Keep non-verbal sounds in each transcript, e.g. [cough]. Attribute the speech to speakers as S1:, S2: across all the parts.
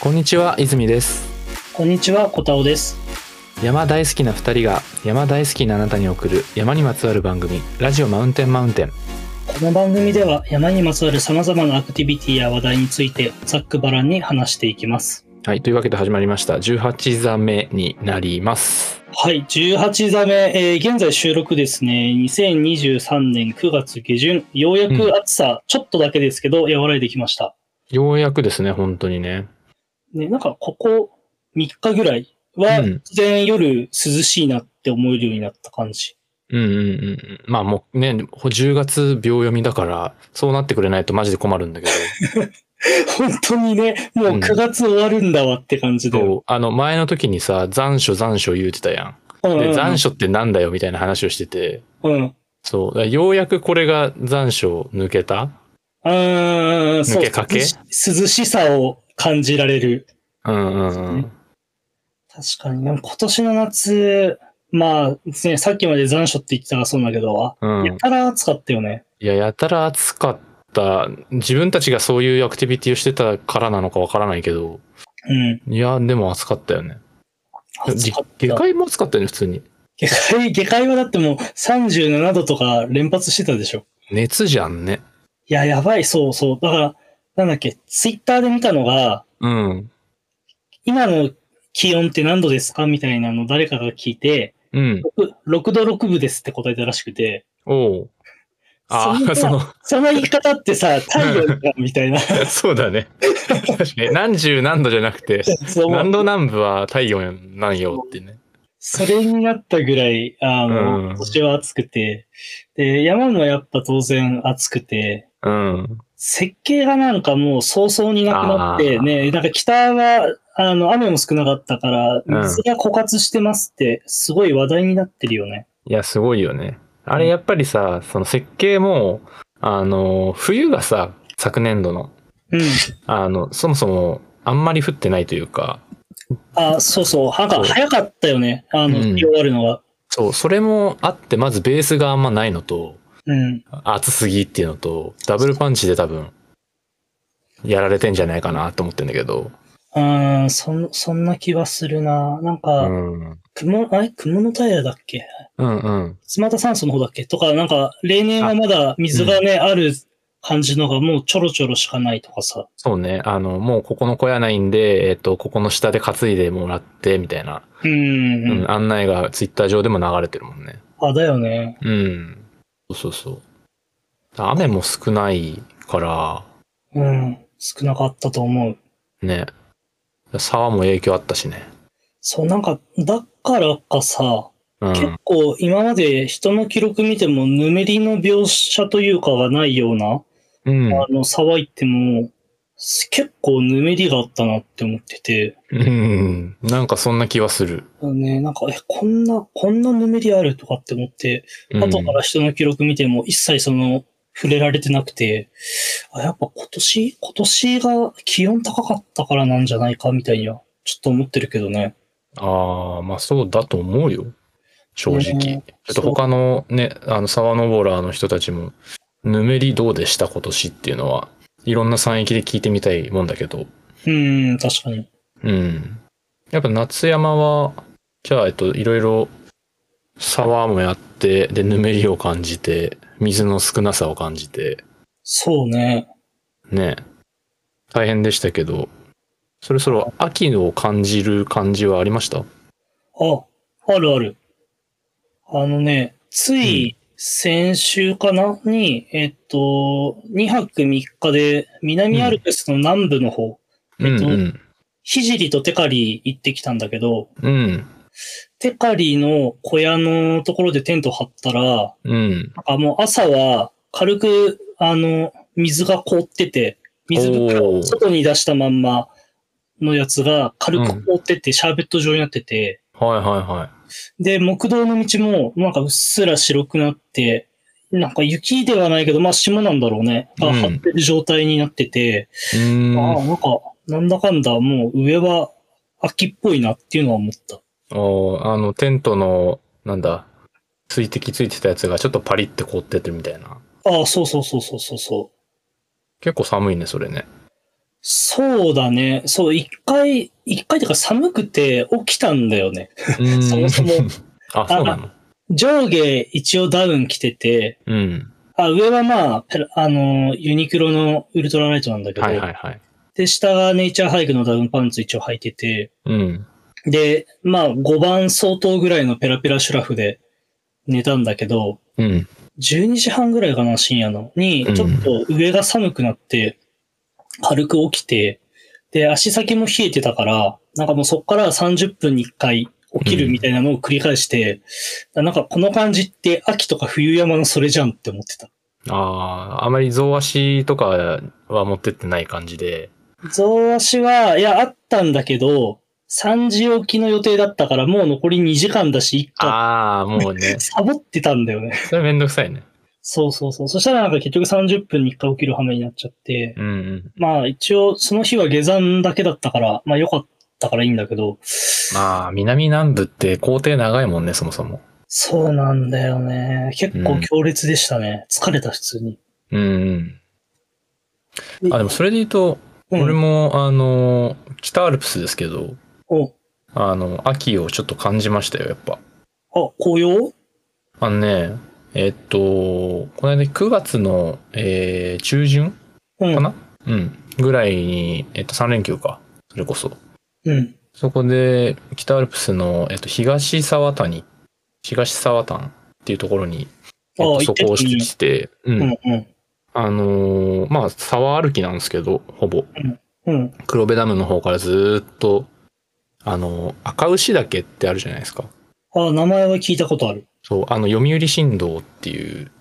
S1: こんにちは泉です
S2: こんにちは、こたおです。
S1: 山大好きな2人が山大好きなあなたに送る山にまつわる番組「ラジオマウンテンマウンテン
S2: この番組では山にまつわる様々なアクティビティや話題についてざっくばらんに話していきます。」
S1: はいというわけで始まりました18座目になります
S2: はい、18座目、えー現在収録ですね、2023年9月下旬、ようやく暑さ、ちょっとだけですけど、和らいできました。
S1: ようやくですね本当にね
S2: ね、なんかここ3日ぐらいは、
S1: うん
S2: 突然夜涼しいなって思えるようになった感じ。
S1: うんうんうんうんまあもうね10月秒読みだからそうなってくれないとマジで困るん
S2: [laughs]
S1: だけど
S2: 本当にね、もう
S1: うん
S2: 9月終わるんだわって感じで。
S1: そうあの前の時にさ残暑残暑言うてたや
S2: うん
S1: ん
S2: うんう
S1: で
S2: ん
S1: 残暑ってなんだよみたいな話をしてて
S2: うん。
S1: そうだからようやくこれが残暑抜けた
S2: あーそう
S1: 抜けかけ
S2: 涼し涼しさを感じられる。
S1: うんうんうん
S2: 確かに。でも今年の夏、まあ、ね、さっきまで残暑って言ってたがそうだけど、
S1: うん
S2: やたら暑かったよね。
S1: いや、やたら暑かった。自分たちがそういうアクティビティをしてたからなのかわからないけど。
S2: うん。
S1: いや、でも暑かったよね。
S2: 暑かった。
S1: じ下界も暑かったよね、普通に。
S2: 下界、下界はだってもう37度とか連発してたでしょ。
S1: 熱じゃんね。
S2: いや、やばい、そうそう。だから、なんだっけ、ツイッターで見たのが、
S1: うん。
S2: 今の気温って何度ですかみたいなの誰かが聞いて、
S1: うん。
S2: 6, 6度6分ですって答えたらしくて、
S1: おう。あ
S2: そん
S1: あ、
S2: な
S1: その、 [laughs]
S2: その言い方ってさ、太陽がみたいな。
S1: そうだね。確かに。何十何度じゃなくて、 [laughs]
S2: そう
S1: 何度何部は太陽なんよってね。
S2: それになったぐらい、あの、
S1: うん
S2: 今年は暑くて、で、山もやっぱ当然暑くて、
S1: うん。
S2: 設計がなんかもう早々になくなって
S1: あー
S2: ね、なんか北は、あの、雨も少なかったから、
S1: うん
S2: 水が枯渇してますって、すごい話題になってるよね。
S1: いや、すごいよね。あれ、やっぱりさ、その設計も、あの、冬がさ、昨年度の、
S2: うん。
S1: あの、そもそも、あんまり降ってないというか、
S2: あ、そうそう。なんか
S1: そう
S2: 早かったよね。あの、
S1: うん
S2: 言い終わるのが。
S1: そう、それもあって、まずベースがあんまないのと、
S2: うん。
S1: 暑すぎっていうのと、ダブルパンチで多分、やられてんじゃないかなと思ってんだけど。
S2: あーそん、そんな気はするな。なん
S1: う
S2: か、
S1: ん。うん
S2: 雲、あれ雲のタイヤだっけ
S1: うん。
S2: スマート酸素の方だっけとか、なんか、例年はまだ水がね、あ,、る感じのがもうちょろちょろしかないとかさ。
S1: そうね。あの、もうここの小屋ないんで、えっと、ここの下で担いでもらって、みたいな、
S2: うーん。
S1: うん、案内がツイッター上でも流れてるもんね。
S2: あ、だよね。
S1: うん。そうそうそう。雨も少ないから、
S2: うん。少なかったと思う。
S1: ね。沢も影響あったしね。
S2: そう、なんか、だからかさ、
S1: う
S2: 結
S1: ん。
S2: 構今まで人の記録見ても、ぬめりの描写というかがないような、
S1: うん。
S2: あの、騒いっても、結構ぬめりがあったなって思ってて、
S1: うん。なんかそんな気はする。
S2: ね、なんか、え、こんな、こんなぬめりあるとかって思って、
S1: うん
S2: 後から人の記録見ても一切その、触れられてなくて、あ、やっぱ今年、今年が気温高かったからなんじゃないかみたいには、ちょっと思ってるけどね。
S1: ああ、まあそうだと思うよ。正直。
S2: ね
S1: ちょっと他のね、あの、沢登らーの人たちも、ぬめりどうでした今年っていうのは、いろんな山域で聞いてみたいもんだけど、
S2: うーん、確かに。
S1: うん。やっぱ夏山は、じゃあ、えっと、いろいろ、沢もやって、で、ぬめりを感じて、水の少なさを感じて、
S2: そうね。
S1: ね、大変でしたけど、そろそろ秋を感じる感じはありました
S2: あ、あるある。あのね、つい先週かな、に、えっと、2泊3日で南アルプスの南部の方、えっと
S1: うん
S2: 聖とテカリ行ってきたんだけど、
S1: うん。うん。
S2: テカリの小屋のところでテント張ったら、
S1: うん。
S2: なんかもう朝は軽く、あの、水が凍ってて、水ぶた
S1: お
S2: を
S1: ー
S2: 外に出したまんまのやつが軽く凍ってて、シャーベット状になってて、
S1: はいはいはい。
S2: で、木道の道もなんかうっすら白くなって、なんか雪ではないけど、まあ霜なんだろうね。が
S1: うん
S2: 張ってる状態になってて、
S1: うーん。
S2: あ
S1: あ
S2: あ、なんか、なんだかんだもう上は秋っぽいなっていうのは思った。
S1: ーあの、テントの、なんだ、水滴ついてたやつがちょっとパリって凍っててみたいな。
S2: ああ、そうそうそうそうそうそう。 [laughs]
S1: 結構寒いね、それね。
S2: そうだね。そう、一回、一回とか寒くて起きたんだよね。
S1: うん
S2: そもそも。
S1: [laughs] あ、そうなの
S2: 上下一応ダウン着てて、
S1: うん。
S2: あ、上はまあ、ペラあの、ユニクロのウルトラライトなんだけど、
S1: はいはいはい。
S2: で、下がネイチャーハイクのダウンパンツ一応履いてて、
S1: うん。
S2: で、まあ5番相当ぐらいのペラペラシュラフで寝たんだけど、
S1: うん。
S2: 12時半ぐらいかな、深夜の。に
S1: うん、
S2: ちょっと上が寒くなって、軽く起きて、で、足先も冷えてたから、なんかもうそっから30分に1回起きるみたいなのを繰り返して、なんかこの感じって秋とか冬山のそれじゃんって思ってた。
S1: ああ、あまり増足とかは持ってってない感じで。
S2: 増足は、いや、あったんだけど、3時起きの予定だったからもう残り2時間だし、いっか。
S1: ああ、もう
S2: [laughs]
S1: ね。
S2: サボってたんだよね。
S1: それめんどくさいね。
S2: そうそうそう。そしたらなんか結局30分に1回起きる羽目になっちゃって、
S1: うんうん。
S2: まあ一応その日は下山だけだったから、まあ良かったからいいんだけど、
S1: まあ、南南部って工程長いもんね、そもそも。
S2: そうなんだよね。結
S1: う
S2: 構
S1: ん
S2: 強烈でしたね。疲れた普通に。
S1: うんう
S2: で
S1: ん。あ、でもそれで言うと、
S2: うん
S1: 俺も、あの、北アルプスですけど、
S2: お、あ、
S1: あの、秋をちょっと感じましたよ、やっぱ。
S2: 紅葉
S1: あのね、えっと、この間9月の、えー中旬
S2: うん。
S1: かなうん。ぐらいに、えっと、3連休か。それこそ。
S2: うん。
S1: そこで、北アルプスの、えっと、東沢谷、東沢谷っていうところに、えっ
S2: あ
S1: と、
S2: あ、行
S1: そ
S2: って
S1: こ
S2: た
S1: をして、うん。
S2: うんうん。
S1: あのーまあ、沢歩きなんですけど、ほぼ。
S2: うん。
S1: 黒部ダムの方からずーっと、あのー赤牛岳ってあるじゃないですか。
S2: ああ、名前は聞いたことある。
S1: そう、あの、読売新道っていう、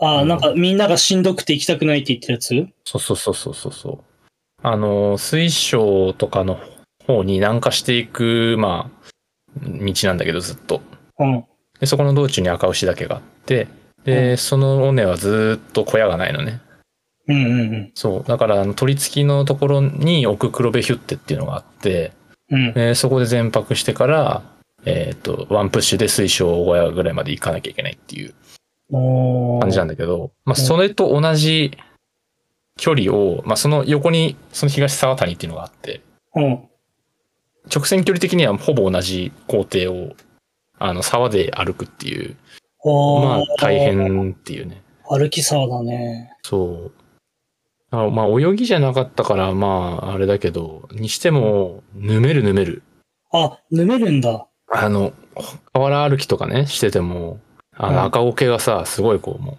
S2: あ
S1: う
S2: あ、
S1: ん
S2: なんかみんながしんどくて行きたくないって言ってるやつ
S1: そうそうそうそうそうそう。あのー水晶とかの方に南下していく、まあ、道なんだけど、ずっと。
S2: うん。
S1: で、そこの道中に赤牛岳があって、
S2: う
S1: で、その尾根はずーっと小屋がないのね。
S2: うんうん
S1: そう。だから、あの鳥付きのところに奥黒部ヒュッテっていうのがあって、
S2: うん。うん。
S1: でそこで全泊してから、えっ、と、ワンプッシュで水晶小屋ぐらいまで行かなきゃいけないっていう
S2: おー
S1: 感じなんだけど、まあ、
S2: うん
S1: それと同じ距離を、まあ、その横に、その東沢谷っていうのがあって、
S2: うん。
S1: 直線距離的にはほぼ同じ工程を、あの、沢で歩くっていう、
S2: おー
S1: まあ、大。変っていうね。
S2: 歩き沢だね。
S1: そう。あまあ、泳ぎじゃなかったから、まあ、あれだけど、にしても、ぬめるぬめる。
S2: あ、ぬめるんだ。
S1: あの、河原歩きとかね、してても、あ
S2: うん
S1: の、赤苔がさ、すごいこう、も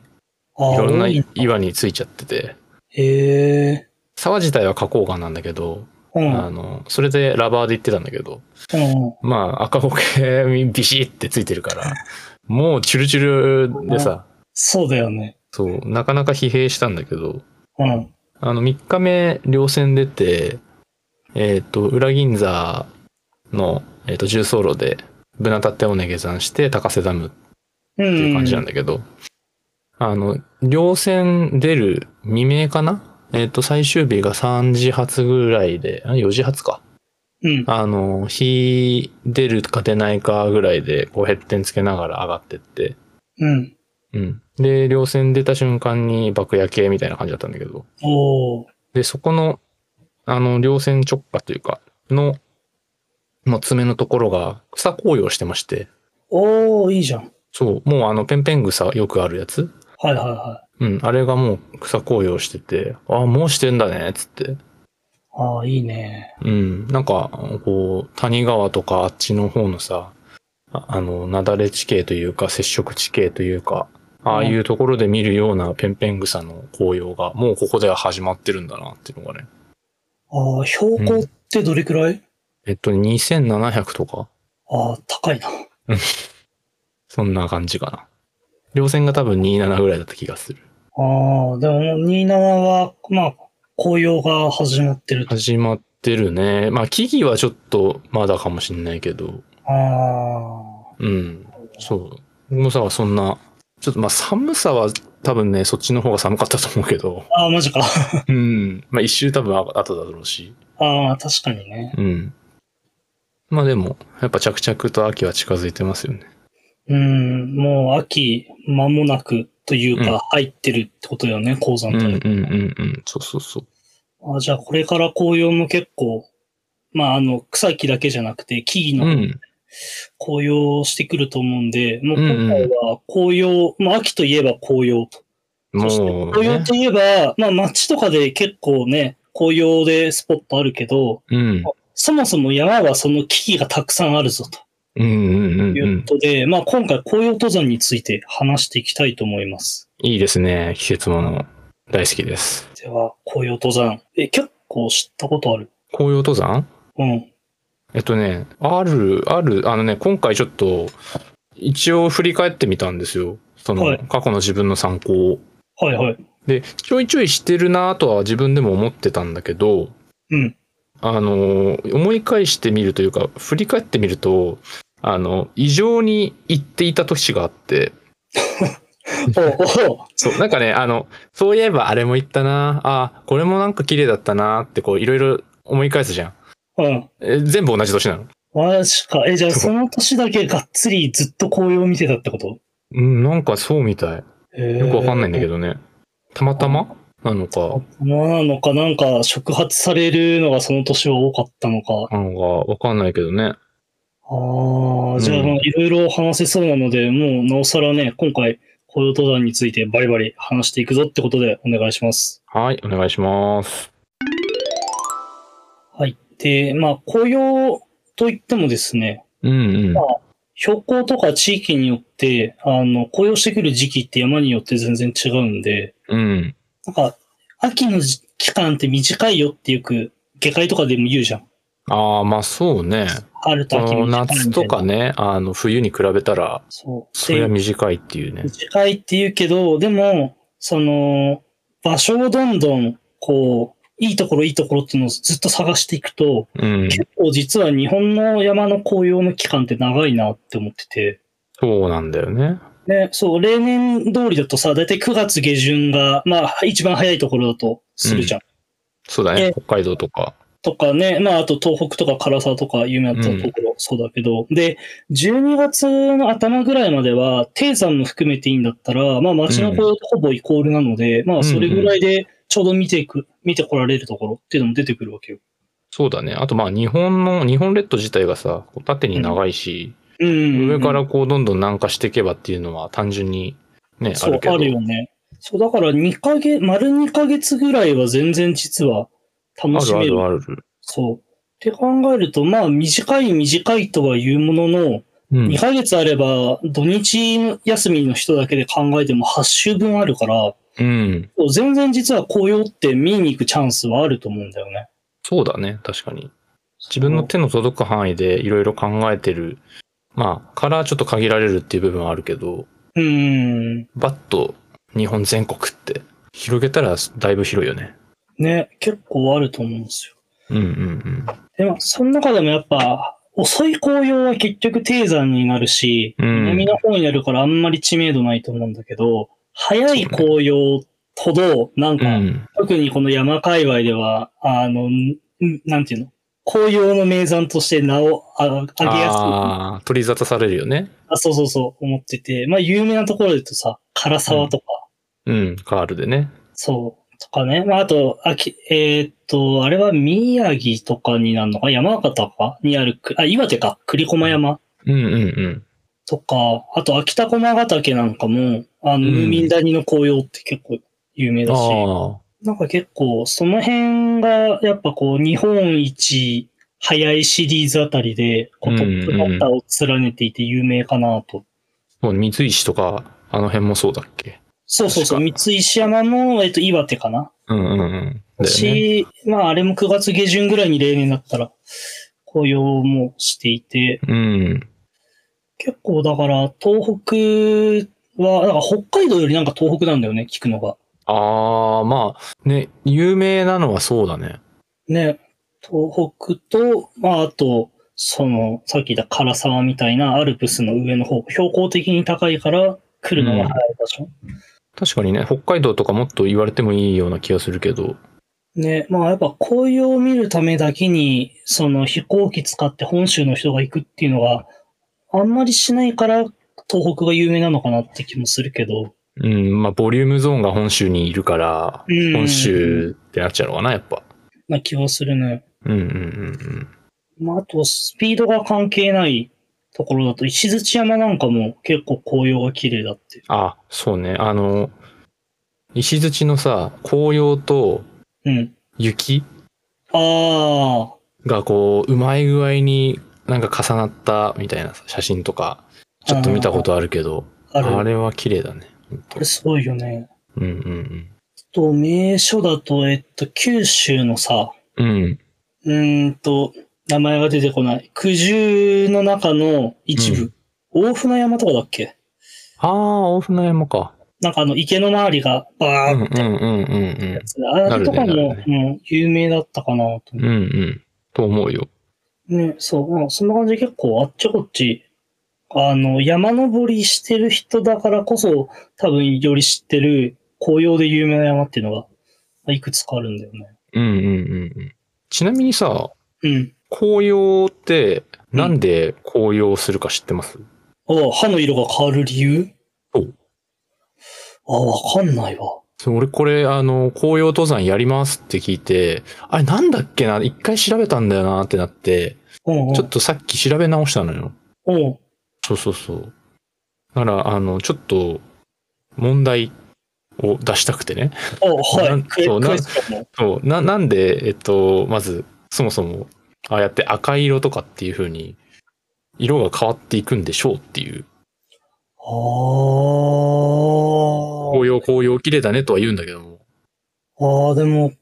S2: あ
S1: う、
S2: あ、
S1: いろんな
S2: 多い
S1: 岩についちゃってて、
S2: へえ。
S1: 沢自体は花崗岩なんだけど、
S2: うん。
S1: あの、それでラバーで行ってたんだけど、
S2: うん。
S1: まあ、赤苔にビシってついてるから、
S2: [laughs]
S1: もうチュルチュルでさ、
S2: そうだよね。
S1: そう、なかなか疲弊したんだけど、
S2: うん。
S1: あの、3日目、稜線出て、えっ、と、裏銀座の、えっ、と、重走路で、ブナタって尾根下山して、高瀬ダム
S2: うん。
S1: っていう感じなん
S2: だ。
S1: だけど、あの、稜線出る未明かなえっ、と、最終日が3時発ぐらいで、あ4時発か。
S2: うん。
S1: あの、日出るか出ないかぐらいで、こう、ヘッテンつけながら上がってって、
S2: うん。
S1: うん。で、稜線出た瞬間に爆夜系みたいな感じだったんだけど、
S2: おー
S1: で、そこの、あの、稜線直下というか、の、もう爪のところが草紅葉してまして、
S2: おーいいじゃん。
S1: そう、もうあの、ペンペン草よくあるやつ
S2: はいはいはい。
S1: うん、あれがもう草紅葉してて、ああ、もうしてんだね、つって。
S2: ああ、いいね。
S1: うん、なんか、こう、谷川とかあっちの方のさ、ああの、なだれ地形というか、接触地形というか、ああいうところで見るようなペンペン草の紅葉が、もうここでは始まってるんだな、っていうのがね。
S2: ああ、標高ってどれくらい、
S1: えっと、2700とか
S2: ああ、高いな。
S1: そんな感じかな。稜線が多分27ぐらいだった気がする。
S2: ああ、でも、27は、まあ、紅葉が始まってると。
S1: 始まってるね。まあ、木々はちょっとまだかもしんないけど、
S2: ああ、
S1: うん。そう。僕もさ、そんな、ちょっとまあ寒さは多分ね、そっちの方が寒かったと思うけど、
S2: ああ、マジか。
S1: うん。まあ一周多分あ後だろうし、
S2: ああ、確かにね。
S1: うん。まあでも、やっぱ着々と秋は近づいてますよね。
S2: うん、もう秋、間もなくというか、入ってるってことだよね、鉱
S1: う
S2: 山
S1: んう
S2: 帯
S1: んうんうん。そうそうそう。
S2: あじゃあこれから紅葉も結構、まああの草木だけじゃなくて木
S1: う
S2: 々の
S1: ん。
S2: 紅葉をしてくると思うんで、もう
S1: うんうん
S2: 今回は紅葉、まあ秋といえば紅葉と。そして
S1: もう、
S2: 紅葉
S1: ね。
S2: といえば、まあ街とかで結構ね、紅葉でスポットあるけど、
S1: うん。
S2: そもそも山はその木々がたくさんあるぞと
S1: うんうんうん
S2: いううんこ。とで、まあ今回紅葉登山について話していきたいと思います。
S1: いいですね。季節もの。大好きです。
S2: では、紅葉登山。え、結構知ったことある。
S1: 紅葉登山
S2: うん。
S1: えっとね、ある、ある、あのね、今回ちょっと、一応振り返ってみたんですよ。その、
S2: はい
S1: 過去の自分の参考を。
S2: はいはい。
S1: で、ちょいちょいしてるなとは自分でも思ってたんだけど、 [laughs]
S2: うん。
S1: あの、思い返してみるというか、振り返ってみると、あの、異常に行っていた年があって、
S2: おお
S1: そう、なんかね、あの、そういえばあれも行ったなあ、これもなんか綺麗だったなってこう、いろいろ思い返すじゃん。
S2: うん。
S1: え全部同じ年なの。
S2: マジか。え、じゃあその年だけがっつりずっと紅葉を見てたってこと
S1: うん、なんかそうみたい。よ
S2: よ
S1: くわかんないんだけ
S2: ど。
S1: どね。たまたまなのか、
S2: まあなのか、なんか触発されるのがその年は多かったのか。
S1: なのか、わかんないけどね。
S2: ああ、じゃあ、
S1: うん
S2: まあいろいろ話せそうなので、もうなおさらね、今回、紅葉登山についてバリバリ話していくぞってことでお願いします。
S1: はい、お願いします。
S2: はい。で、まあ、紅葉といってもですね、
S1: うんうん。
S2: 標高とか地域によって、あの、紅葉してくる時期って山によって全然違うんで、
S1: うん。
S2: なんか、秋のじ期間って短いよってよく、下界とかでも言うじゃん。
S1: ああ、まあそうね。
S2: 春と
S1: こ
S2: 秋
S1: の
S2: 短いみたいな
S1: 夏とか。ね、あの、冬に比べたら、
S2: そう。
S1: それは短いっていうね。
S2: 短いって言うけど、でも、その、場所をどんどん、こう、いいところいいところっていうのをずっと探していくと、
S1: うん。
S2: 結構実は日本の山の紅葉の期間って長いなって思ってて、
S1: そうなんだよね。
S2: ね、そう、例年通りだとさ、だいたい9月下旬が、まあ、一番早いところだとするじゃん。
S1: そうだね
S2: え。
S1: 北海道とか。
S2: とかね、まあ、あと東北とか唐沢とか有名だったところ、そうだけど、で、12月の頭ぐらいまでは、低山も含めていいんだったら、まあ、街の紅葉とほぼイコールなので、まあ、それぐらいでちょうど見ていく、見てこられるところっていうのも出てくるわけよ。
S1: そうだね。あとまあ日本の、日本列島自体がさ、こう縦に長いし、
S2: うんうんうん
S1: 上からこうどんどん南下していけばっていうのは単純にね、あ
S2: そう
S1: る、け
S2: あ
S1: ど。
S2: るよね。そう、だから2ヶ月、丸2ヶ月ぐらいは全然実は楽
S1: あ
S2: し
S1: るあ
S2: める
S1: るある。
S2: そう。って考えると、まあ、短い短いとは言うものの、
S1: うん
S2: 2。ヶ月あれば、土日休みの人だけで考えても8週分あるから、
S1: うん。
S2: 全然実は紅葉って見に行くチャンスはあると思うんだよね。
S1: そうだね。確かに。自分の手の届く範囲でいろいろ考えてる。まあ、からちょっと限られるっていう部分はあるけど、
S2: うーん。
S1: バッと日本全国って広げたらだいぶ広いよね。
S2: ね、結構あると思うんですよ。
S1: うんうん
S2: でも、その中でもやっぱ、遅い紅葉は結局低山になるし、
S1: うん
S2: 南の方になるからあんまり知名度ないと思うんだけど、早い紅葉ほど、なん
S1: うん。
S2: か、
S1: うん。
S2: 特にこの山界隈では、あの、んなんていうの紅葉の名山として名をあ上げやすい。あ
S1: ああ、取り沙汰されるよね。
S2: そうそうそう、思ってて。まあ、有名なところで言うとさ、唐沢とか、
S1: うん。カールでね。
S2: そう、とかね。まあ、あと、あきえーっと、あれは宮城とかになるのか山形かにあるく、あ、岩手か、栗駒山
S1: うんうんうん。
S2: とか、あと、秋田駒ヶ岳なんかも、あの、
S1: うん
S2: ムーミン谷の紅葉って結構有名だし。
S1: ああ。
S2: なんか結構、その辺が、やっぱこう、日本一早いシリーズあたりで、こ
S1: う
S2: う、
S1: ん
S2: トップバッターを連ねていて有名かなと。
S1: もう三石とか、あの辺もそうだっけ。
S2: そうそうそう、
S1: 確
S2: 三石山の、えっと、岩手かな。
S1: うんうんうん。だよね。
S2: し、まあ、あれも9月下旬ぐらいに例年だったら、紅葉もしていて、
S1: うん。
S2: 結構だから、東北は、なんか北海道よりなんか東北なんだよね、聞くのが。
S1: ああ、まあ、ね、有名なのはそうだね。
S2: ね、東北と、まあ、あと、その、さっき言った唐沢みたいなアルプスの上の方、標高的に高いから来るのが早い場所。
S1: 確かにね、北海道とかもっと言われてもいいような気がするけど。
S2: ね、まあ、やっぱ紅葉を見るためだけに、その飛行機使って本州の人が行くっていうのがあんまりしないから、東北が有名なのかなって気もするけど。
S1: うん、まあ、ボリュームゾーンが本州にいるから、
S2: うん
S1: 本州ってなっちゃうのかな、やっぱ。
S2: な気はするね。
S1: うんうんうん
S2: まあ、あと、スピードが関係ないところだと、石槌山なんかも結構紅葉が綺麗だって。
S1: あ、そうね。あの、石槌のさ、紅葉と
S2: うん。
S1: 雪
S2: ああ、
S1: がこう、うまい具合になんか重なったみたいな写真とか、ちょっと見たことあるけど、
S2: ある。
S1: あ
S2: あれ
S1: れは綺麗だね。ほんと
S2: すごいよね。
S1: うんうん
S2: と、名所だと、えっと、九州のさ、
S1: うん。うん。
S2: うーんと、名前が出てこない。九十の中の一部。大船山とかだっけ
S1: ああ、大船山か。
S2: なんかあの池の周りが
S1: う
S2: バー
S1: ん
S2: っ
S1: うんうんうん
S2: て、あれとかも、
S1: なるねなる
S2: うん、有名だったかなと
S1: う
S2: 思
S1: ん。うんうん。と思うよ。
S2: う、ね、そう、まあそんな感じで結構あっちこっち、あの、山登りしてる人だからこそ、多分より知ってる紅葉で有名な山っていうのが、いくつかあるんだよね。
S1: うんうんうんうん。ちなみにさ、
S2: うん。
S1: 紅葉ってなんで紅葉するか知ってます、
S2: ああ、歯の色が変わる理由
S1: そう
S2: ああ、わかんないわ。
S1: そう俺これあの、紅葉登山やりますって聞いて、あれなんだっけな一回調べたんだよなってなって、
S2: うん、うん。
S1: ちょっとさっき調べ直したのよ。
S2: うん。
S1: そうそうそう。だから、あの、ちょっと問題を出したくてね。
S2: あは。
S1: ないん
S2: クエ
S1: そうな
S2: クエスチョンも。
S1: そう、な、なんで、えっと、まず、そもそも、ああやって赤色とかっていう風に、色が変わっていくんでしょうっていう、
S2: あ
S1: 紅葉、紅葉綺麗だねとは言うんだけども。
S2: あ。ああ、でも、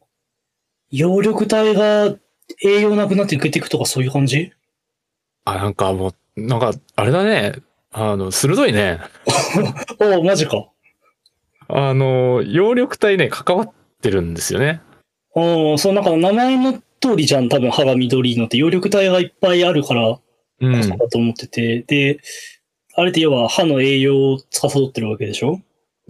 S2: 葉緑体が栄養なくなって抜けていくとかそういう感じ
S1: あ、なんかもう、なんか、あれだね。あの、鋭いね。
S2: ああ、マジか。
S1: あの、葉緑体ね、関わってるんですよね。
S2: ああ、そう、なんか名前の通りじゃん。多分歯が緑のって、葉緑体がいっぱいあるから、
S1: う
S2: こそだ
S1: ん。
S2: と思ってて。で、あれって要は歯の栄養を司ってるわけでしょ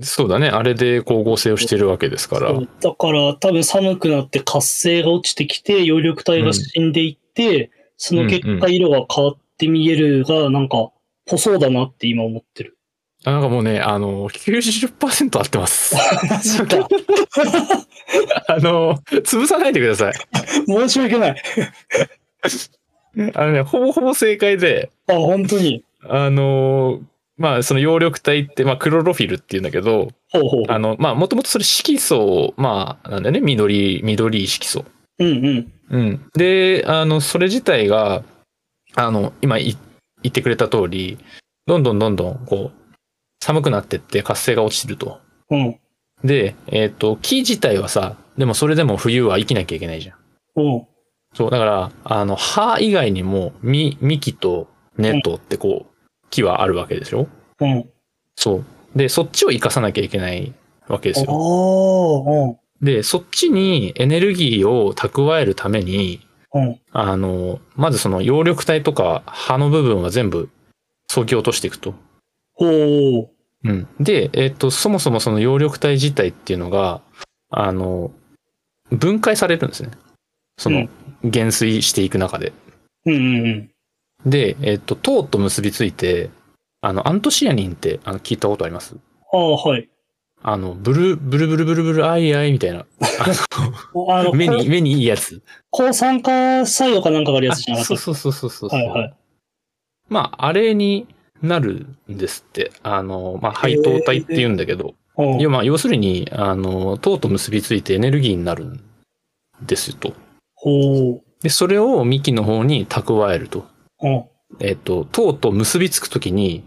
S1: そうだね。あれで光合成をしてるわけですから。
S2: そううだから多分寒くなって活性が落ちてきて、葉緑体が死んでいって、その結果色が変わって見えるが、なんか、ぽそうだなって今思ってる。
S1: あなんかもうね、あの、90%合ってます。
S2: マジか。
S1: [laughs] あの、潰さないでください。
S2: [laughs] 申し訳ない。
S1: あのね、ほぼほぼ正解で、
S2: あ、本当に。
S1: あのーまあ、その葉緑体って、まあ、クロロフィルって言うんだけど、
S2: ほうほう。
S1: あの、まあ、もともとそれ色素、まあ、なんだよね、緑、緑色素。
S2: うんうん。
S1: うん。で、あの、それ自体が、あの、今い言ってくれた通り、どんどんどんどん、こう、寒くなってって活性が落ちてると。
S2: うん。
S1: で、えっ、と、木自体はさ、でもそれでも冬は生きなきゃいけないじゃん。
S2: うん。
S1: そう、だから、あの、葉以外にも、み、幹と根とってこう、木はあるわけでしょ
S2: うん。
S1: そう。で、そっちを生かさなきゃいけないわけで
S2: あ
S1: す
S2: あ、
S1: よ。
S2: うん。
S1: で、そっちにエネルギーを蓄えるために、
S2: うん。
S1: あの、まずその葉緑体とか葉の部分は全部削ぎ落としていくと。
S2: ほう。
S1: うん。で、えっ、と、そもそもその葉緑体自体っていうのが、あの、分解されるんですね。そうの
S2: ん、
S1: 減衰していく中で。
S2: うんうんうん。
S1: で、えっ、と、糖と結びついて、あの、アントシアニンって、あの、聞いたことあります
S2: ああ、はい。
S1: あの、ブル、ブルブルブルブル、あいあいみたいな。
S2: あの、
S1: 目に、目にいいやつ。
S2: 抗抗酸化作用かなんかがあるや
S1: あ
S2: つじゃなかっ
S1: そう。
S2: た
S1: そうそうそうそう。
S2: はいはい
S1: まあ、あれになるんですって。あの、まあ、配当体って言うんだけど、
S2: うん。
S1: 要まあ要するに、あの、糖と結びついてエネルギーになるんですと。
S2: ほう。
S1: で、それを幹の方に蓄えると。
S2: うん。
S1: えっと、糖と結びつくときに、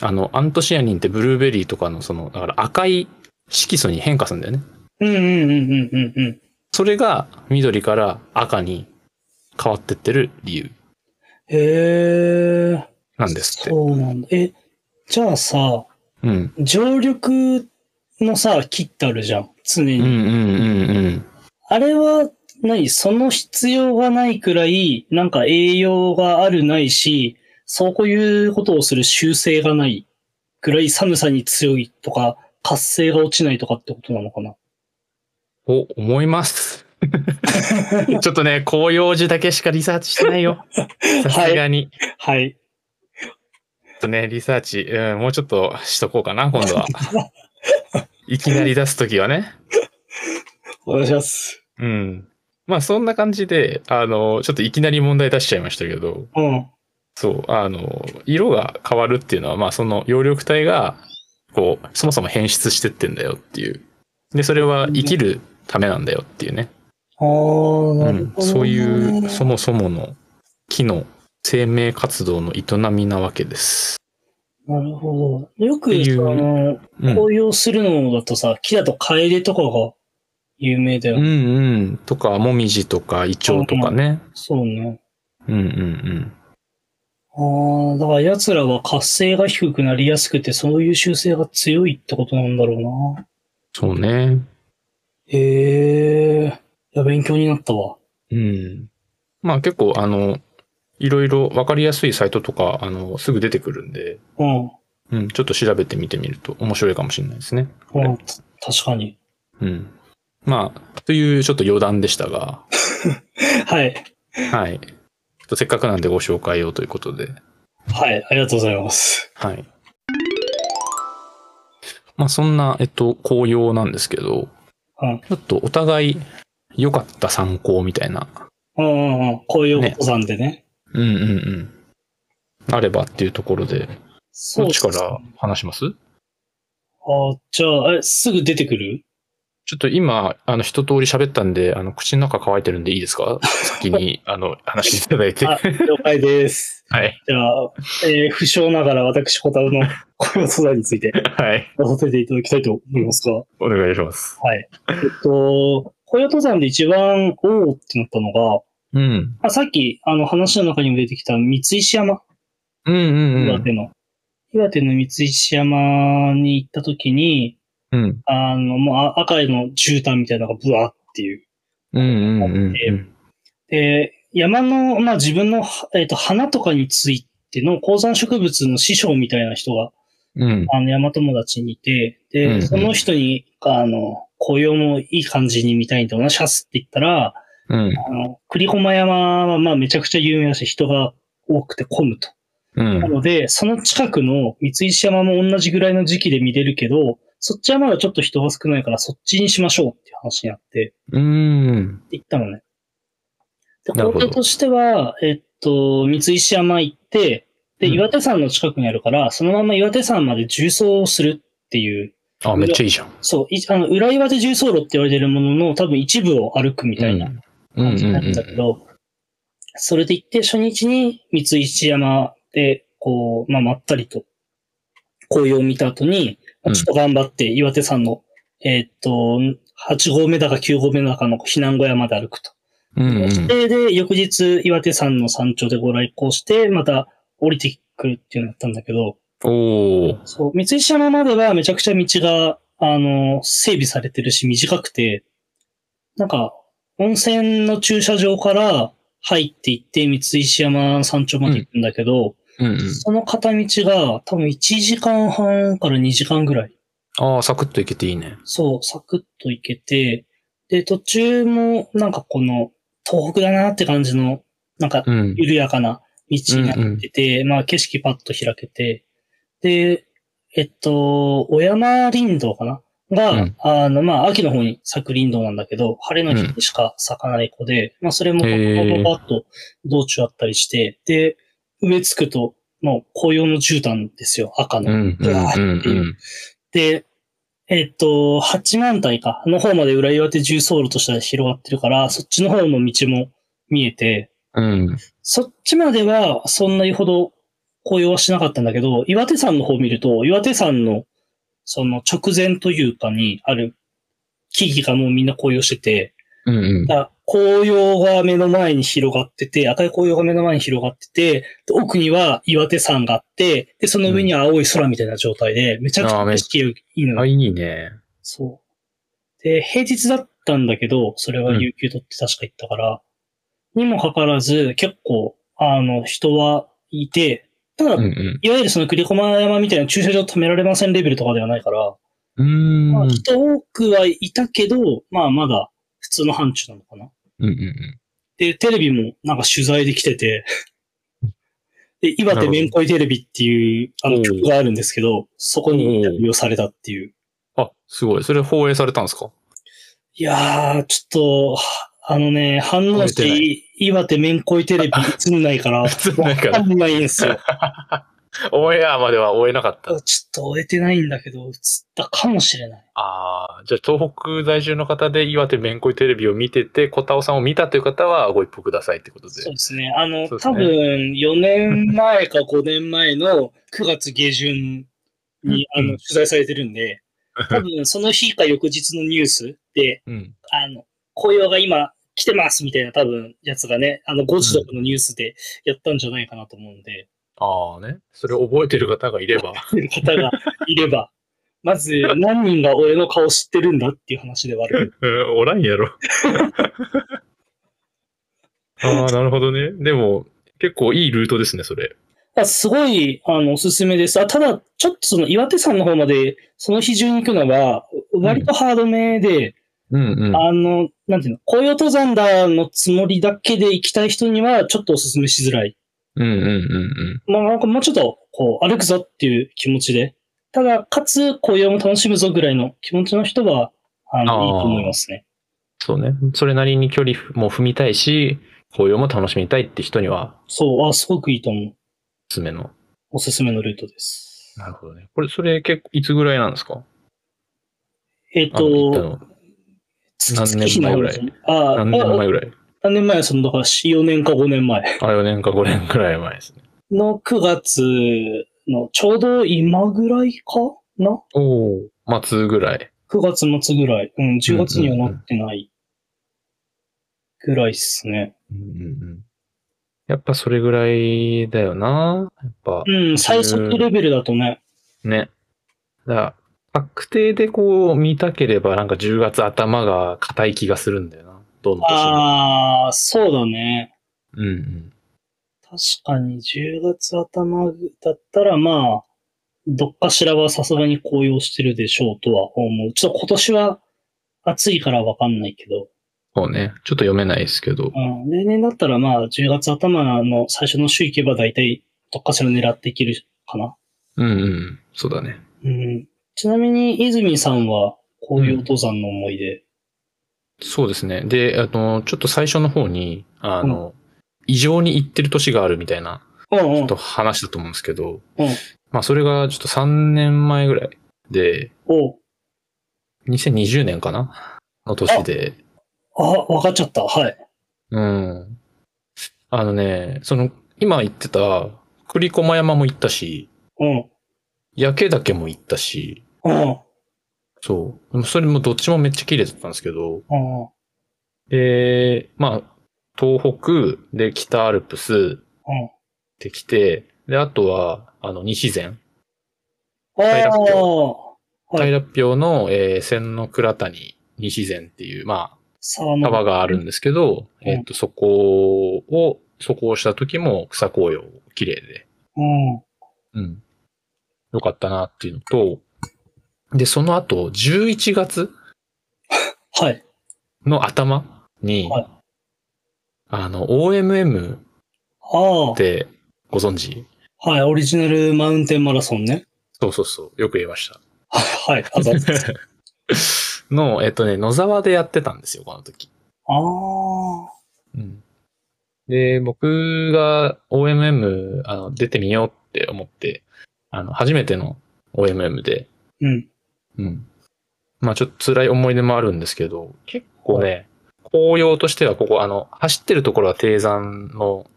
S1: あの、アントシアニンってブルーベリーとかのその、だから赤い色素に変化するんだよね。
S2: うんうんうんうんうんうん。
S1: それが緑から赤に変わってってる理由
S2: へえ。
S1: なんですって。
S2: そうなんだ。え、じゃあさ、
S1: うん。
S2: 常緑のさ、切ってあるじゃん。常に。
S1: うんうんうんうん。
S2: あれは、何その必要がないくらい、なんか栄養があるないし、そういうことをする習性がないくらい寒さに強いとか、活性が落ちないとかってことなのかな
S1: お、思います。 [laughs] ちょっとね、紅葉樹だけしかリサーチしてないよ。さすがに。ちょ
S2: はい。
S1: っとね、リサーチ、うん、もうちょっとしとこうかな、今度は。いきなり出すときはね。
S2: お願いします。
S1: うん。まあそんな感じで、あの、ちょっといきなり問題出しちゃいましたけど、
S2: うん。
S1: そう、あの、色が変わるっていうのは、まあその葉緑体が、こう、そもそも変質してってんだよっていう。で、それは生きるためなんだよっていうね。
S2: ああ、なるほど、ね
S1: うん、そういう、そもそもの木の生命活動の営みなわけです。
S2: なるほど。よく
S1: って
S2: さ、
S1: いう
S2: あの、
S1: うん、
S2: 紅葉するのだとさ、木だとカエデとかが有名だよ。
S1: うんうん。とか、もみじとか、イチョウとかね。
S2: そうね。
S1: うんうんうん。
S2: ああ、だから奴らは活性が低くなりやすくて、そういう習性が強いってことなんだろうな。
S1: そうね。
S2: へえ。いや、勉強になったわ。
S1: うん。まあ結構、あの、いろいろわかりやすいサイトとか、あの、すぐ出てくるんで、
S2: うん。
S1: うん、ちょっと調べてみてみると面白いかもしれないですね。
S2: うん、た確かに。
S1: うん。まあ、というちょっと余談でしたが、
S2: はい。
S1: はい。 [laughs] ちょっとせっかくなんでご紹介をということで、
S2: はい、ありがとうございます。
S1: はい。まあそんな、えっと、紅葉なんですけど、
S2: うん。
S1: ちょっとお互い良かった参考みたいな、
S2: うんうんうん。こういうお子さんでね。
S1: うんうんうん。あればっていうところで、
S2: そ
S1: どっ
S2: うで
S1: ち
S2: す
S1: から話します
S2: ああ、じゃあ、え、すぐ出てくる
S1: ちょっと今、あの、一通り喋ったんで、あの、口の中乾いてるんでいいですか先
S2: [laughs]
S1: に、あの、話していただいて。
S2: あ
S1: は、
S2: 了解です。
S1: い。
S2: じゃあ、えー不詳ながら私、小樽の [laughs] 雇用素材について
S1: はい。
S2: 出させていただきたいと思いますが。
S1: お願いします。
S2: はい。えっと、雇用登山で一番、おーってなったのが、
S1: うん。
S2: まあ、さっき、あの、話の中にも出てきた三石山、
S1: うんうんう
S2: 岩
S1: ん。
S2: 手の。岩手の三石山に行った時に、
S1: うん。
S2: あの、もうあ赤いの絨毯みたいなのがブワーっていう。
S1: うんうんうんうん。
S2: で、山の、まあ、自分の、はえっ、と、花とかについての高山植物の師匠みたいな人が、
S1: うん。
S2: あの、山友達にいて、で、
S1: うんうん
S2: その人に、あの、紅葉もいい感じに見たいんだな、シャスって言ったら、
S1: うん。
S2: あの、栗駒山は、まあ、めちゃくちゃ有名だし、人が多くて混むと。
S1: うん
S2: な。ので、その近くの三石山も同じぐらいの時期で見れるけど、そっちはまだちょっと人が少ないから、そっちにしましょうっていう話になって、
S1: うん。
S2: 行ったのね。で、
S1: なる
S2: 工
S1: ほど
S2: 程としては、えっと、三石山行って、で、
S1: うん
S2: 岩手山の近くにあるから、そのまま岩手山まで重走をするっていう、
S1: あ、めっちゃいいじゃん。
S2: そう、いあの、裏岩手重走路って言われてるものの、多分一部を歩くみたいな
S1: うんうん
S2: 感じ
S1: うん
S2: になったけ
S1: う
S2: ど、それで行って、初日に三石山で、こう、まあ、まったりと、紅葉を見た後に、まあちょっと頑張って岩手山の、えっと、8合目だか9合目だかの避難小屋まで歩くと。
S1: ん。うんうん。
S2: それで、翌日、岩手山の山頂でご来光して、また降りてくるっていうのだったんだけど、
S1: おー。
S2: そう、三石山まではめちゃくちゃ道が、あの、整備されてるし短くて、なんか、温泉の駐車場から入っていって三石山山頂まで行くんだけど、
S1: うんうん。
S2: その片道が多分1時間半から2時間ぐらい。
S1: ああ、サクッといけていいね。
S2: そう、サクッと行けて、で、途中もなんかこの、東北だなって感じの、なんか
S1: うん。
S2: 緩やかな道になってて、まあ景色パッと開けて、で、えっと、小山林道かなが、
S1: うん
S2: あの、まあ秋の方に咲く林道なんだけど、晴れの日にしか咲かない子で、まあそれもパ
S1: へー
S2: ッパッパッと道中あったりして、で、植えつくと、もう紅葉の絨毯ですよ、赤
S1: う
S2: の。
S1: んうんうん
S2: で、えっと、八幡平か、の方まで裏岩手重走路としては広がってるから、そっちの方の道も見えて、
S1: うん。うん。
S2: そっちまではそんなにほど紅葉はしなかったんだけど、岩手山の方を見ると、岩手山のその直前というかにある木々がもうみんな紅葉してて、
S1: うんうん
S2: だ。から紅葉が目の前に広がってて、赤い紅葉が目の前に広がってて、で奥には岩手山があって、で、その上には青い空みたいな状態で、めちゃくち
S1: あ
S2: ゃ
S1: ーめ
S2: 景色がいいの
S1: あ、
S2: よ。
S1: いいね。
S2: そう。で、平日だったんだけど、それは有給取って確か行ったから、にもかかわらず、結構、あの、人はいて、ただ、
S1: うん
S2: い
S1: うん。
S2: わゆるその栗駒山みたいな駐車場止められませんレベルとかではないから、
S1: う
S2: まあ
S1: ん。
S2: 人多くはいたけど、まあまだ普通の範疇なのかな。
S1: うんうん
S2: で、テレビもなんか取材で来てて、で、岩手面恋テレビっていう、あ
S1: お
S2: の
S1: う
S2: 曲があるんですけど、そこにインタビューをされたっていう。
S1: あ、すごい。それ放映されたんですか
S2: いやー、ちょっと、はあのね、反応
S1: 超えてな
S2: し、岩手面
S1: [laughs]
S2: 恋テレビ映んないから、わ
S1: 映んないから
S2: かんないんですよ。
S1: オンエアまでは終えなかった。
S2: ちょっと終えてないんだけど、映ったかもしれない。
S1: ああ、じゃあ東北在住の方で岩手めんこいテレビを見てて、小田尾さんを見たという方はご一報くださいってことで
S2: そう。ですね。あの、
S1: そうです
S2: 多
S1: ね
S2: 分、4年前か5年前の9月下旬に、
S1: うん
S2: あの、取材されてる
S1: [laughs]
S2: んで、多分、その日か翌日のニュースで、
S1: うん。
S2: あの、紅葉が今来てますみたいな多分、やつがね、あの、5時とかのニュースでやったんじゃないかなと思うんで、
S1: ああね。それを覚えてる方がいれば。
S2: 方がいれば、 [laughs] まず、何人が俺の顔知ってるんだっていう話ではある。
S1: [laughs] うんおらんやろ。ああ、なるほどね。でも、結構いいルートですね、それ。
S2: あすごい、あの、おすすめです。あただ、ちょっとその岩手山の方まで、その日中に行くのは、割とハードめで、
S1: うんうん。
S2: あの、なんていうの、紅葉登山だのつもりだけで行きたい人には、ちょっとおすすめしづらい。
S1: うんうんうん
S2: まあ、なんかもうちょっと、こう、歩くぞっていう気持ちで。ただ、かつ、紅葉も楽しむぞぐらいの気持ちの人は、あの、
S1: あー
S2: いいと思いますね。
S1: そうね。それなりに距離も踏みたいし、紅葉も楽しみたいって人には、
S2: そう、あ、すごくいいと思う。
S1: おすすめの。
S2: おすすめのルートです。
S1: なるほどね。これ、それ結構、いつぐらいなんですか
S2: えっ、
S1: あの行った
S2: と、
S1: の
S2: 月
S1: 何年前ぐらい
S2: 月日の話ああ、
S1: 何年前ぐらい
S2: 何年前その、だから4年か5年前
S1: あ、4年か5年くらい前ですね。
S2: の9月のちょうど今ぐらいかな
S1: おお。末ぐらい。
S2: ?9 月末ぐらい。うん、10月にはなってないぐらいっすね。
S1: うんうんうん。やっぱそれぐらいだよな。やっぱ
S2: う、ん、最速レベルだとね。
S1: ね。だから確定でこう見たければ、なんか10月頭が硬い気がするんだよな。どの年も。
S2: ああ、そうだね。
S1: うんうん。
S2: 確かに10月頭だったらまあ、どっかしらはさすがに紅葉してるでしょうとは思う。ちょっと今年は暑いからわかんないけど。
S1: そうね。ちょっと読めないですけど。
S2: うん、例年だったらまあ10月頭の最初の週行けば大体どっかしら狙っていけるかな。
S1: うんうん。そうだね。
S2: うん、ちなみに泉さんは紅葉登山の思い出。
S1: そうですね。で、あの、ちょっと最初の方に、あの、異常に行ってる年があるみたいな
S2: うんうん。
S1: と話したと思うんですけど、
S2: うん
S1: まあそれがちょっと3年前ぐらいで、
S2: お
S1: 2020年かなの年で、
S2: あ、わかっちゃった。はい。
S1: うん。あのね、その、今言ってた、栗駒山も行ったし、
S2: うん。
S1: 焼け岳も行ったし、
S2: うん。
S1: そう。でもそれもどっちもめっちゃ綺麗だったんですけど、
S2: うん。
S1: で、まあ、東北で北アルプス
S2: うん。
S1: で来て、で、あとは、あの、西前。
S2: あ
S1: 平
S2: あ。はい
S1: 大楽氷の、えー、千の倉谷西前っていう、まあ、
S2: 沢の。
S1: 川があるんですけど、
S2: うん
S1: えっと、そこを、そこをした時も草紅葉綺麗で、
S2: うん。
S1: うん。よかったなっていうのと、で、その後、11月
S2: はい。
S1: の頭に、
S2: はい
S1: あの、OMM っ
S2: ああ。
S1: てご存知
S2: はい。オリジナルマウンテンマラソンね。
S1: そうそうそう、よく言いました。 [laughs]
S2: はい。あざっす
S1: の、えっとね、野沢でやってたんですよ、この時。
S2: ああ。
S1: うん。で、僕が OMM、あの、出てみようって思って、あの、初めての OMM で、
S2: うん。
S1: うん。まあちょっと辛い思い出もあるんですけど、結構ね、紅葉としてはここ、あの、走ってるところは低山の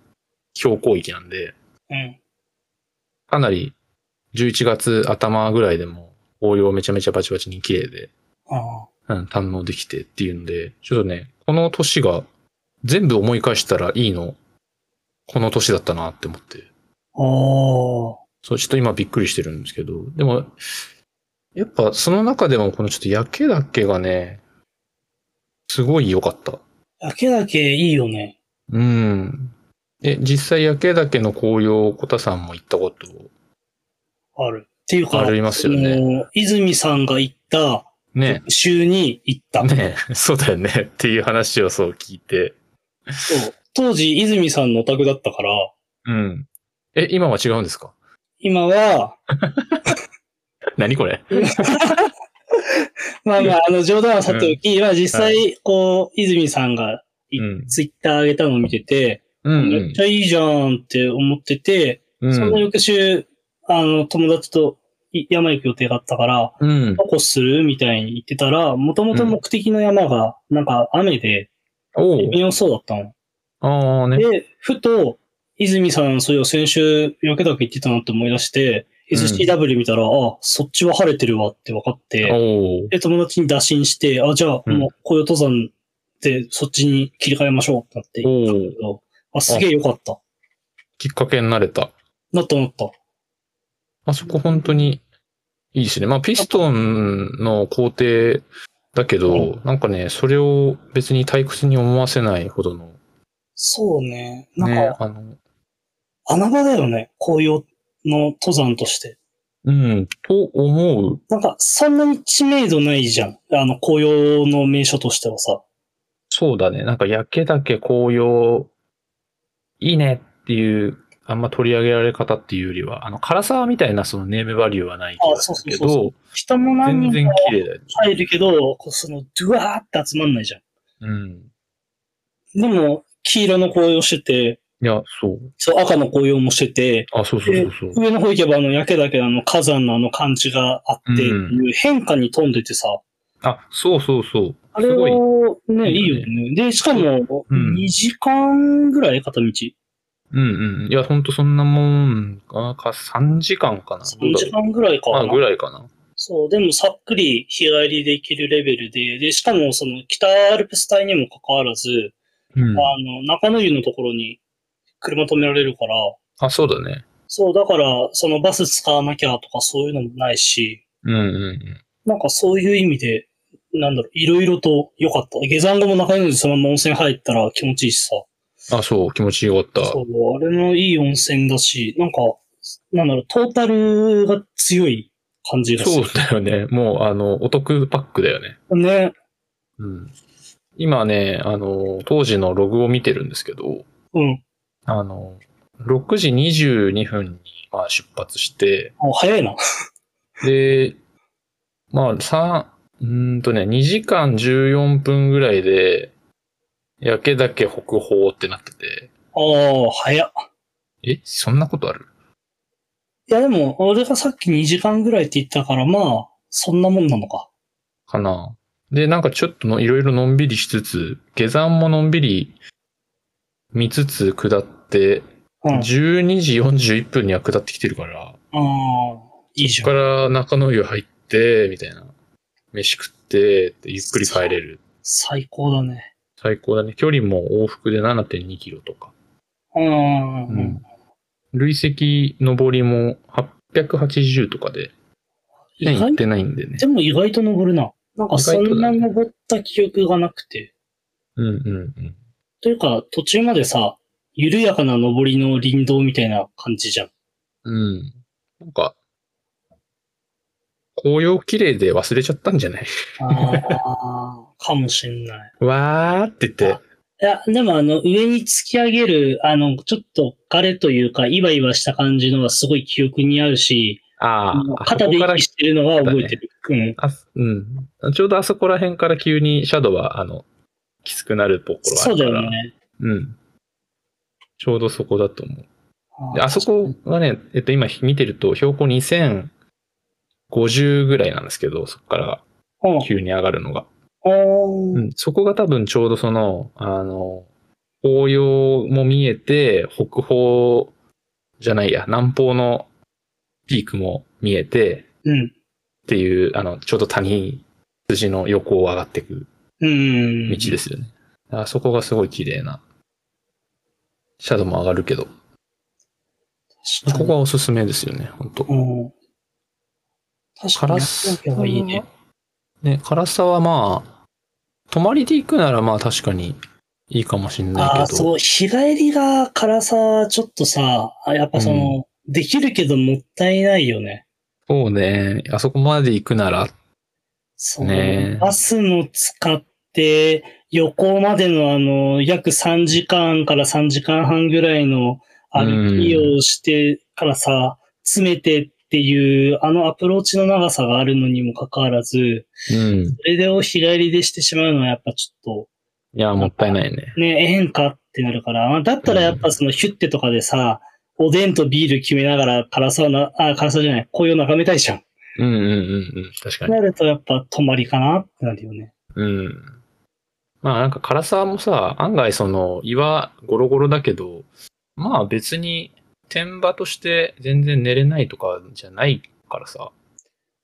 S1: 標高域なんで、
S2: うん。
S1: かなり11月頭ぐらいでも紅葉めちゃめちゃバチバチに綺麗で、
S2: あ
S1: うん、堪能できてっていうので、ちょっとね、この年が全部思い返したらいいの、この年だったなって思って。
S2: あ。ああ。
S1: そう、ちょっと今びっくりしてるんですけど、でも、やっぱその中でもこのちょっと焼けだけがね、すごい良かった。
S2: だけだけいいよね。
S1: うん。え、実際焼けだけの紅葉、小田さんも行ったこと
S2: ある。っていうか、
S1: ありますよね
S2: その泉さんが行った
S1: ね。
S2: 週に行った。
S1: ねそうだよね。っていう話をそう聞いて。
S2: そう当時、泉さんのお宅だったから、
S1: うん。え、今は違うんですか
S2: 今は、
S1: 何これ
S2: まあまあ、あの、冗談はさておき、まあ実際、こう、泉さんがい
S1: うん
S2: ツイッター上げたのを見てて、
S1: うん
S2: めっちゃいいじゃんって思ってて、
S1: うん。
S2: その翌週、あの、友達とい山行く予定があったから、
S1: うん。
S2: どこするみたいに言ってたら、もともと目的の山が、なんか雨で、
S1: おう
S2: 微妙そうだったの。
S1: ああね。
S2: で、ふと、泉さん、それを先週、夜明けだけ言ってたなって思い出して、
S1: うん
S2: SCW 見たら、あ、そっちは晴れてるわって分かって、
S1: おう
S2: で、友達に打診して、あ、じゃあ、
S1: うん
S2: もう、こういう登山で、そっちに切り替えましょうってなって言ったんだけど、あ、すげえよかった。
S1: きっかけになれた。
S2: なと思った。
S1: あそこ本当にいいですね。まあ、ピストンの工程だけど、なんかね、それを別に退屈に思わせないほどの、
S2: そうね。なん
S1: ね
S2: か、、
S1: あの、
S2: 穴場だよね。紅葉の登山として。
S1: うん、と思う。
S2: なんか、そんなに知名度ないじゃん。あの、紅葉の名所としてはさ。
S1: そうだね。なんか、焼けだけ紅葉、いいねっていう、あんま取り上げられ方っていうよりは、あの、唐沢みたいなそのネームバリューはない気がするけ
S2: あそうそう
S1: ど、
S2: 人も
S1: 全
S2: 何人
S1: 然
S2: か
S1: 綺麗だよね。
S2: 入るけど、こうその、ドゥワーって集まんないじゃん。
S1: うん。
S2: でも、黄色の紅葉してて、
S1: いや、そう。
S2: そう、赤の紅葉もしてて、
S1: あ、そうそうそうそう。
S2: 上の方行けばあの、焼けだけのあの、火山のあの感じがあって、
S1: うん
S2: いう変化に富んでてさ、
S1: あ、そうそうそう。
S2: あれ
S1: すごい
S2: をね、
S1: い
S2: い
S1: い
S2: い
S1: よ
S2: よね。で、しかも、
S1: うん
S2: 2時間ぐらい片道。
S1: うんうん。いや、ほんとそんなもんか、か3時間かな。
S2: 3時間ぐらいか
S1: あ
S2: な。
S1: ぐらいかな。
S2: そう、でもさっくり日帰りで行けるレベルで、で、しかもその北アルプス帯にもかかわらず、
S1: うん。
S2: あの、中野湯のところに車止められるから、
S1: あ、そうだね。
S2: そう、だから、そのバス使わなきゃとかそういうのもないし、
S1: うんうん
S2: なんかそういう意味で、なんだろう、いろいろと良かった。下山後も中野湯でそのまま温泉入ったら気持ちいいしさ。
S1: うん。あ、そう、気持ちよかった。
S2: そうう、あれもいい温泉だし、なんか、なんだろう、トータルが強い感じがす
S1: そう
S2: る。
S1: だよね。もう、あの、お得パックだよね。
S2: ね。
S1: うん。今ね、あの、当時のログを見てるんですけど、
S2: うん。
S1: あの、6時22分に、まあ、出発して、
S2: あ早いな。
S1: で、まあ、さうーんとね、2時間14分ぐらいで、焼けだけ北方ってなってて、
S2: ああ、早っ。
S1: え、そんなことある
S2: いやでも、俺がさっき2時間ぐらいって言ったから、まあ、そんなもんなのか。
S1: かなで、なんかちょっとのいろいろのんびりしつつ、下山ものんびり見つつ下って、
S2: うん。あ
S1: 12時41分には下ってきてるから、
S2: あ、いいじ
S1: そ
S2: ゃ
S1: こ
S2: ん。
S1: から中野湯入って、みたいな。飯食って、ってゆっくり帰れる。
S2: 最高だね。
S1: 最高だね。距離も往復で7.2キロとか。
S2: うん。
S1: うん累積上りも880とかで、
S2: 意
S1: ね、行
S2: 外
S1: ってないんでね
S2: で。も意外と登るな。なんかそんな
S1: 意外とだね
S2: 登った記憶がなくて。
S1: うんうんうん。
S2: というか、途中までさ、緩やかな登りの林道みたいな感じじゃん。
S1: うん。なんか、紅葉綺麗で忘れちゃったんじゃない [laughs]
S2: ああ、かもしんない。
S1: わーって言って。
S2: いや、でもあの、上に突き上げる、あの、ちょっと枯れというか、イバイバした感じのはすごい記憶にあるし、
S1: ああ、
S2: 肩
S1: あそ
S2: で
S1: こから
S2: 息してるのは覚えてる。うん。
S1: あうん。ちょうどあそこら辺から急にシャドウは、あの、きつくなるところはあ
S2: そう
S1: るか
S2: だ
S1: ら。
S2: よね。
S1: うん。ちょうどそこだと思う。で
S2: ー
S1: あそこはね、えっと、今見てると、標高2050ぐらいなんですけど、そこから
S2: うん。
S1: 急に上がるのが。
S2: お
S1: う
S2: ー
S1: ん、そこが多分ちょうどその、あの、紅葉も見えて、北方じゃないや、南方のピークも見えて、
S2: うん。
S1: っていう、あの、ちょうど谷筋の横を上がっていく
S2: うん。
S1: 道ですよね。あそこがすごい綺麗な。シャドウも上がるけど、そ
S2: 確か
S1: こ
S2: に。
S1: がおすすめですよね、本当
S2: うん。確
S1: カ
S2: か
S1: ラ
S2: に、
S1: ス
S2: 焼きがいいね。。
S1: ね、辛さはまあ、泊まりで行くならまあ確かにいいかもしんないけ
S2: あ
S1: ど。
S2: あ、そう、日帰りが辛さ、ちょっとさ、あやっぱその、できるけどもったいないよね。
S1: そうね。あそこまで行くなら、
S2: その
S1: ねえ
S2: バスの使って、横までのあの、約3時間から3時間半ぐらいの歩きをしてからさ、詰めてっていう、あのアプローチの長さがあるのにもかかわらず、
S1: うん。
S2: それを日帰りでしてしまうのはやっぱちょっと
S1: いや、もったいないね。
S2: ね、ええんかってなるから、まあだったらやっぱそのヒュッてとかでさ、おでんとビール決めながら辛さをな、あ、辛さじゃない、紅葉眺めたいじゃん。
S1: うんうんうんうん。確かに。
S2: なるとやっぱ泊まりかなってなるよね。
S1: うん。まあなんか辛さもさ、案外その岩ゴロゴロだけど、まあ別に天場として全然寝れないとかじゃないからさ。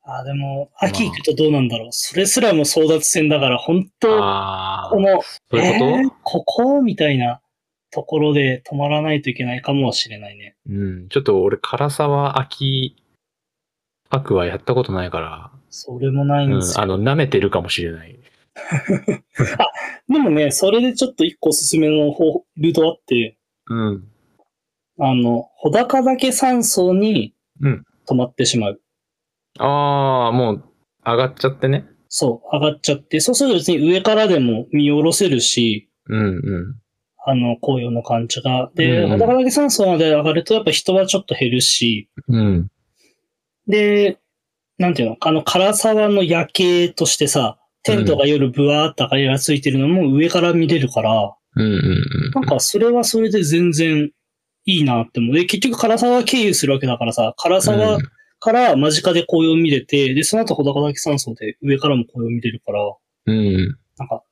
S2: あ、でも、秋行くとどうなんだろう。それすらも争奪戦だから、本当
S1: あ
S2: こ
S1: あ、
S2: の、
S1: そういうこと、
S2: えーここみたいなところで止まらないといけないかもしれないね。
S1: うん。ちょっと俺辛さは秋、白はやったことないから、
S2: それもない
S1: うんん
S2: で、すよ。
S1: あの、舐めてるかもしれない。
S2: でもね、それでちょっと一個おすすめの方ルートあって、
S1: うん。
S2: あの、穂高岳山荘に
S1: うん
S2: 止まってしまう。
S1: ああ、もう上がっちゃってね。
S2: そう、上がっちゃって、そうすると別に上からでも見下ろせるし、
S1: うんうん。あ
S2: あの、紅葉の感じが。で、
S1: うんうん
S2: 穂高岳山荘まで上がるとやっぱ人はちょっと減るし、
S1: うん。
S2: で、なんていうの、あの、唐沢の夜景としてさ、テントが夜ブワーっと明かりがついてるのも上から見れるから、
S1: うんうんうん。
S2: なんかそれはそれで全然いいなって思う。で、結局唐沢経由するわけだからさ、唐沢から間近で紅葉見れて、で、その後穂高岳山荘で上からも紅葉見れるから、
S1: うんうん
S2: なんか、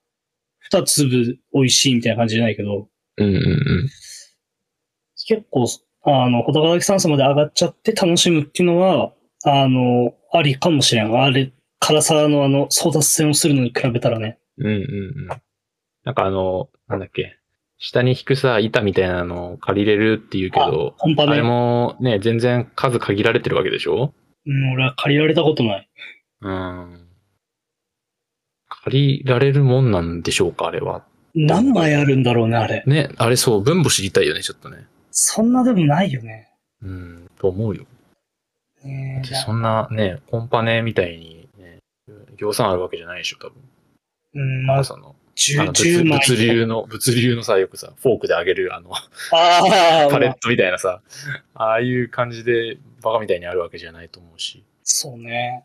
S2: 二粒美味しいみたいな感じじゃないけど、
S1: うんうん
S2: 結構、あの、穂高岳山荘まで上がっちゃって楽しむっていうのは、あの、ありかもしれん。あれ、辛さのあの、争奪戦をするのに比べたらね。
S1: うんうんうん。なんかあの、なんだっけ。下に引くさ、板みたいなのを借りれるって言うけど、
S2: 本場
S1: あれ
S2: で、
S1: もね、全然数限られてるわけでしょ
S2: うん、俺は借りられたことない。
S1: うん。借りられるもんなんでしょうか、あれは。
S2: 何枚あるんだろうね、あれ。
S1: ね、あれそう、分母知りたいよね、ちょっとね。
S2: そんなでもないよね。
S1: うん、と思うよ。だ
S2: ね
S1: っ
S2: え
S1: てそんなね、コンパネみたいに、ね、量産あるわけじゃないでしょ、多分。
S2: うん、まあ、
S1: その、あ
S2: 10
S1: の
S2: 10
S1: 物
S2: 枚。
S1: 物流の、物流のさ、よくさ、フォークであげる、あの、
S2: ああ、
S1: パ
S2: ま
S1: レッ
S2: あ、
S1: トみたいなさ、ああいう感じでバカみたいにあるわけじゃないと思うし。
S2: そうね。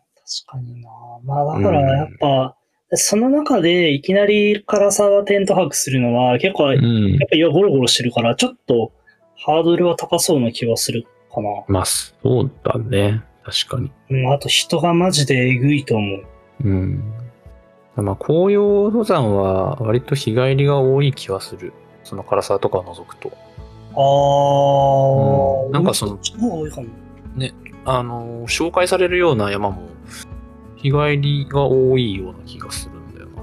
S2: 確かにな。まあ、だからやっぱ、その中でいきなり唐沢テント泊するのは結構
S1: ん
S2: や。っぱ岩ゴロゴロしてるから、ちょっとハードルは高そうな気はするかな。
S1: まあ、そうだね。確かに。
S2: うん、あと人がマジでえぐいと思う。
S1: うん。まあ、紅葉登山は割と日帰りが多い気はする。その辛さとかを除くと。
S2: あー、
S1: うんなんかその
S2: こっちの方が多いかも。
S1: あのー、紹介されるような山も、日帰りが多いような気がするんだよな。
S2: あ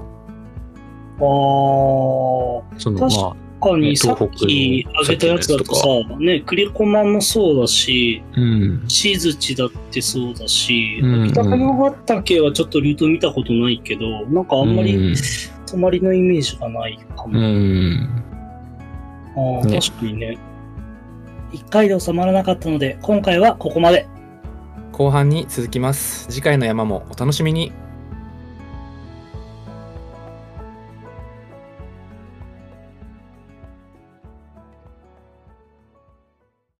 S1: その、ま
S2: 確か
S1: あ、
S2: ー、他
S1: ね
S2: にさ
S1: 東北
S2: っ
S1: の
S2: きあげたやつだとさ
S1: さ、
S2: ね、クリコマもそうだし、
S1: うん。
S2: チーズチだってそうだし、
S1: うんうん
S2: 北山ヶ岳はちょっとルート見たことないけど、なんかあんまり泊まりのイメージがないかも。
S1: うん。うん。
S2: ああ、
S1: ね
S2: 確かにね。一回で収まらなかったので、今回はここまで。
S1: 後半に続きます。次回の山もお楽しみに。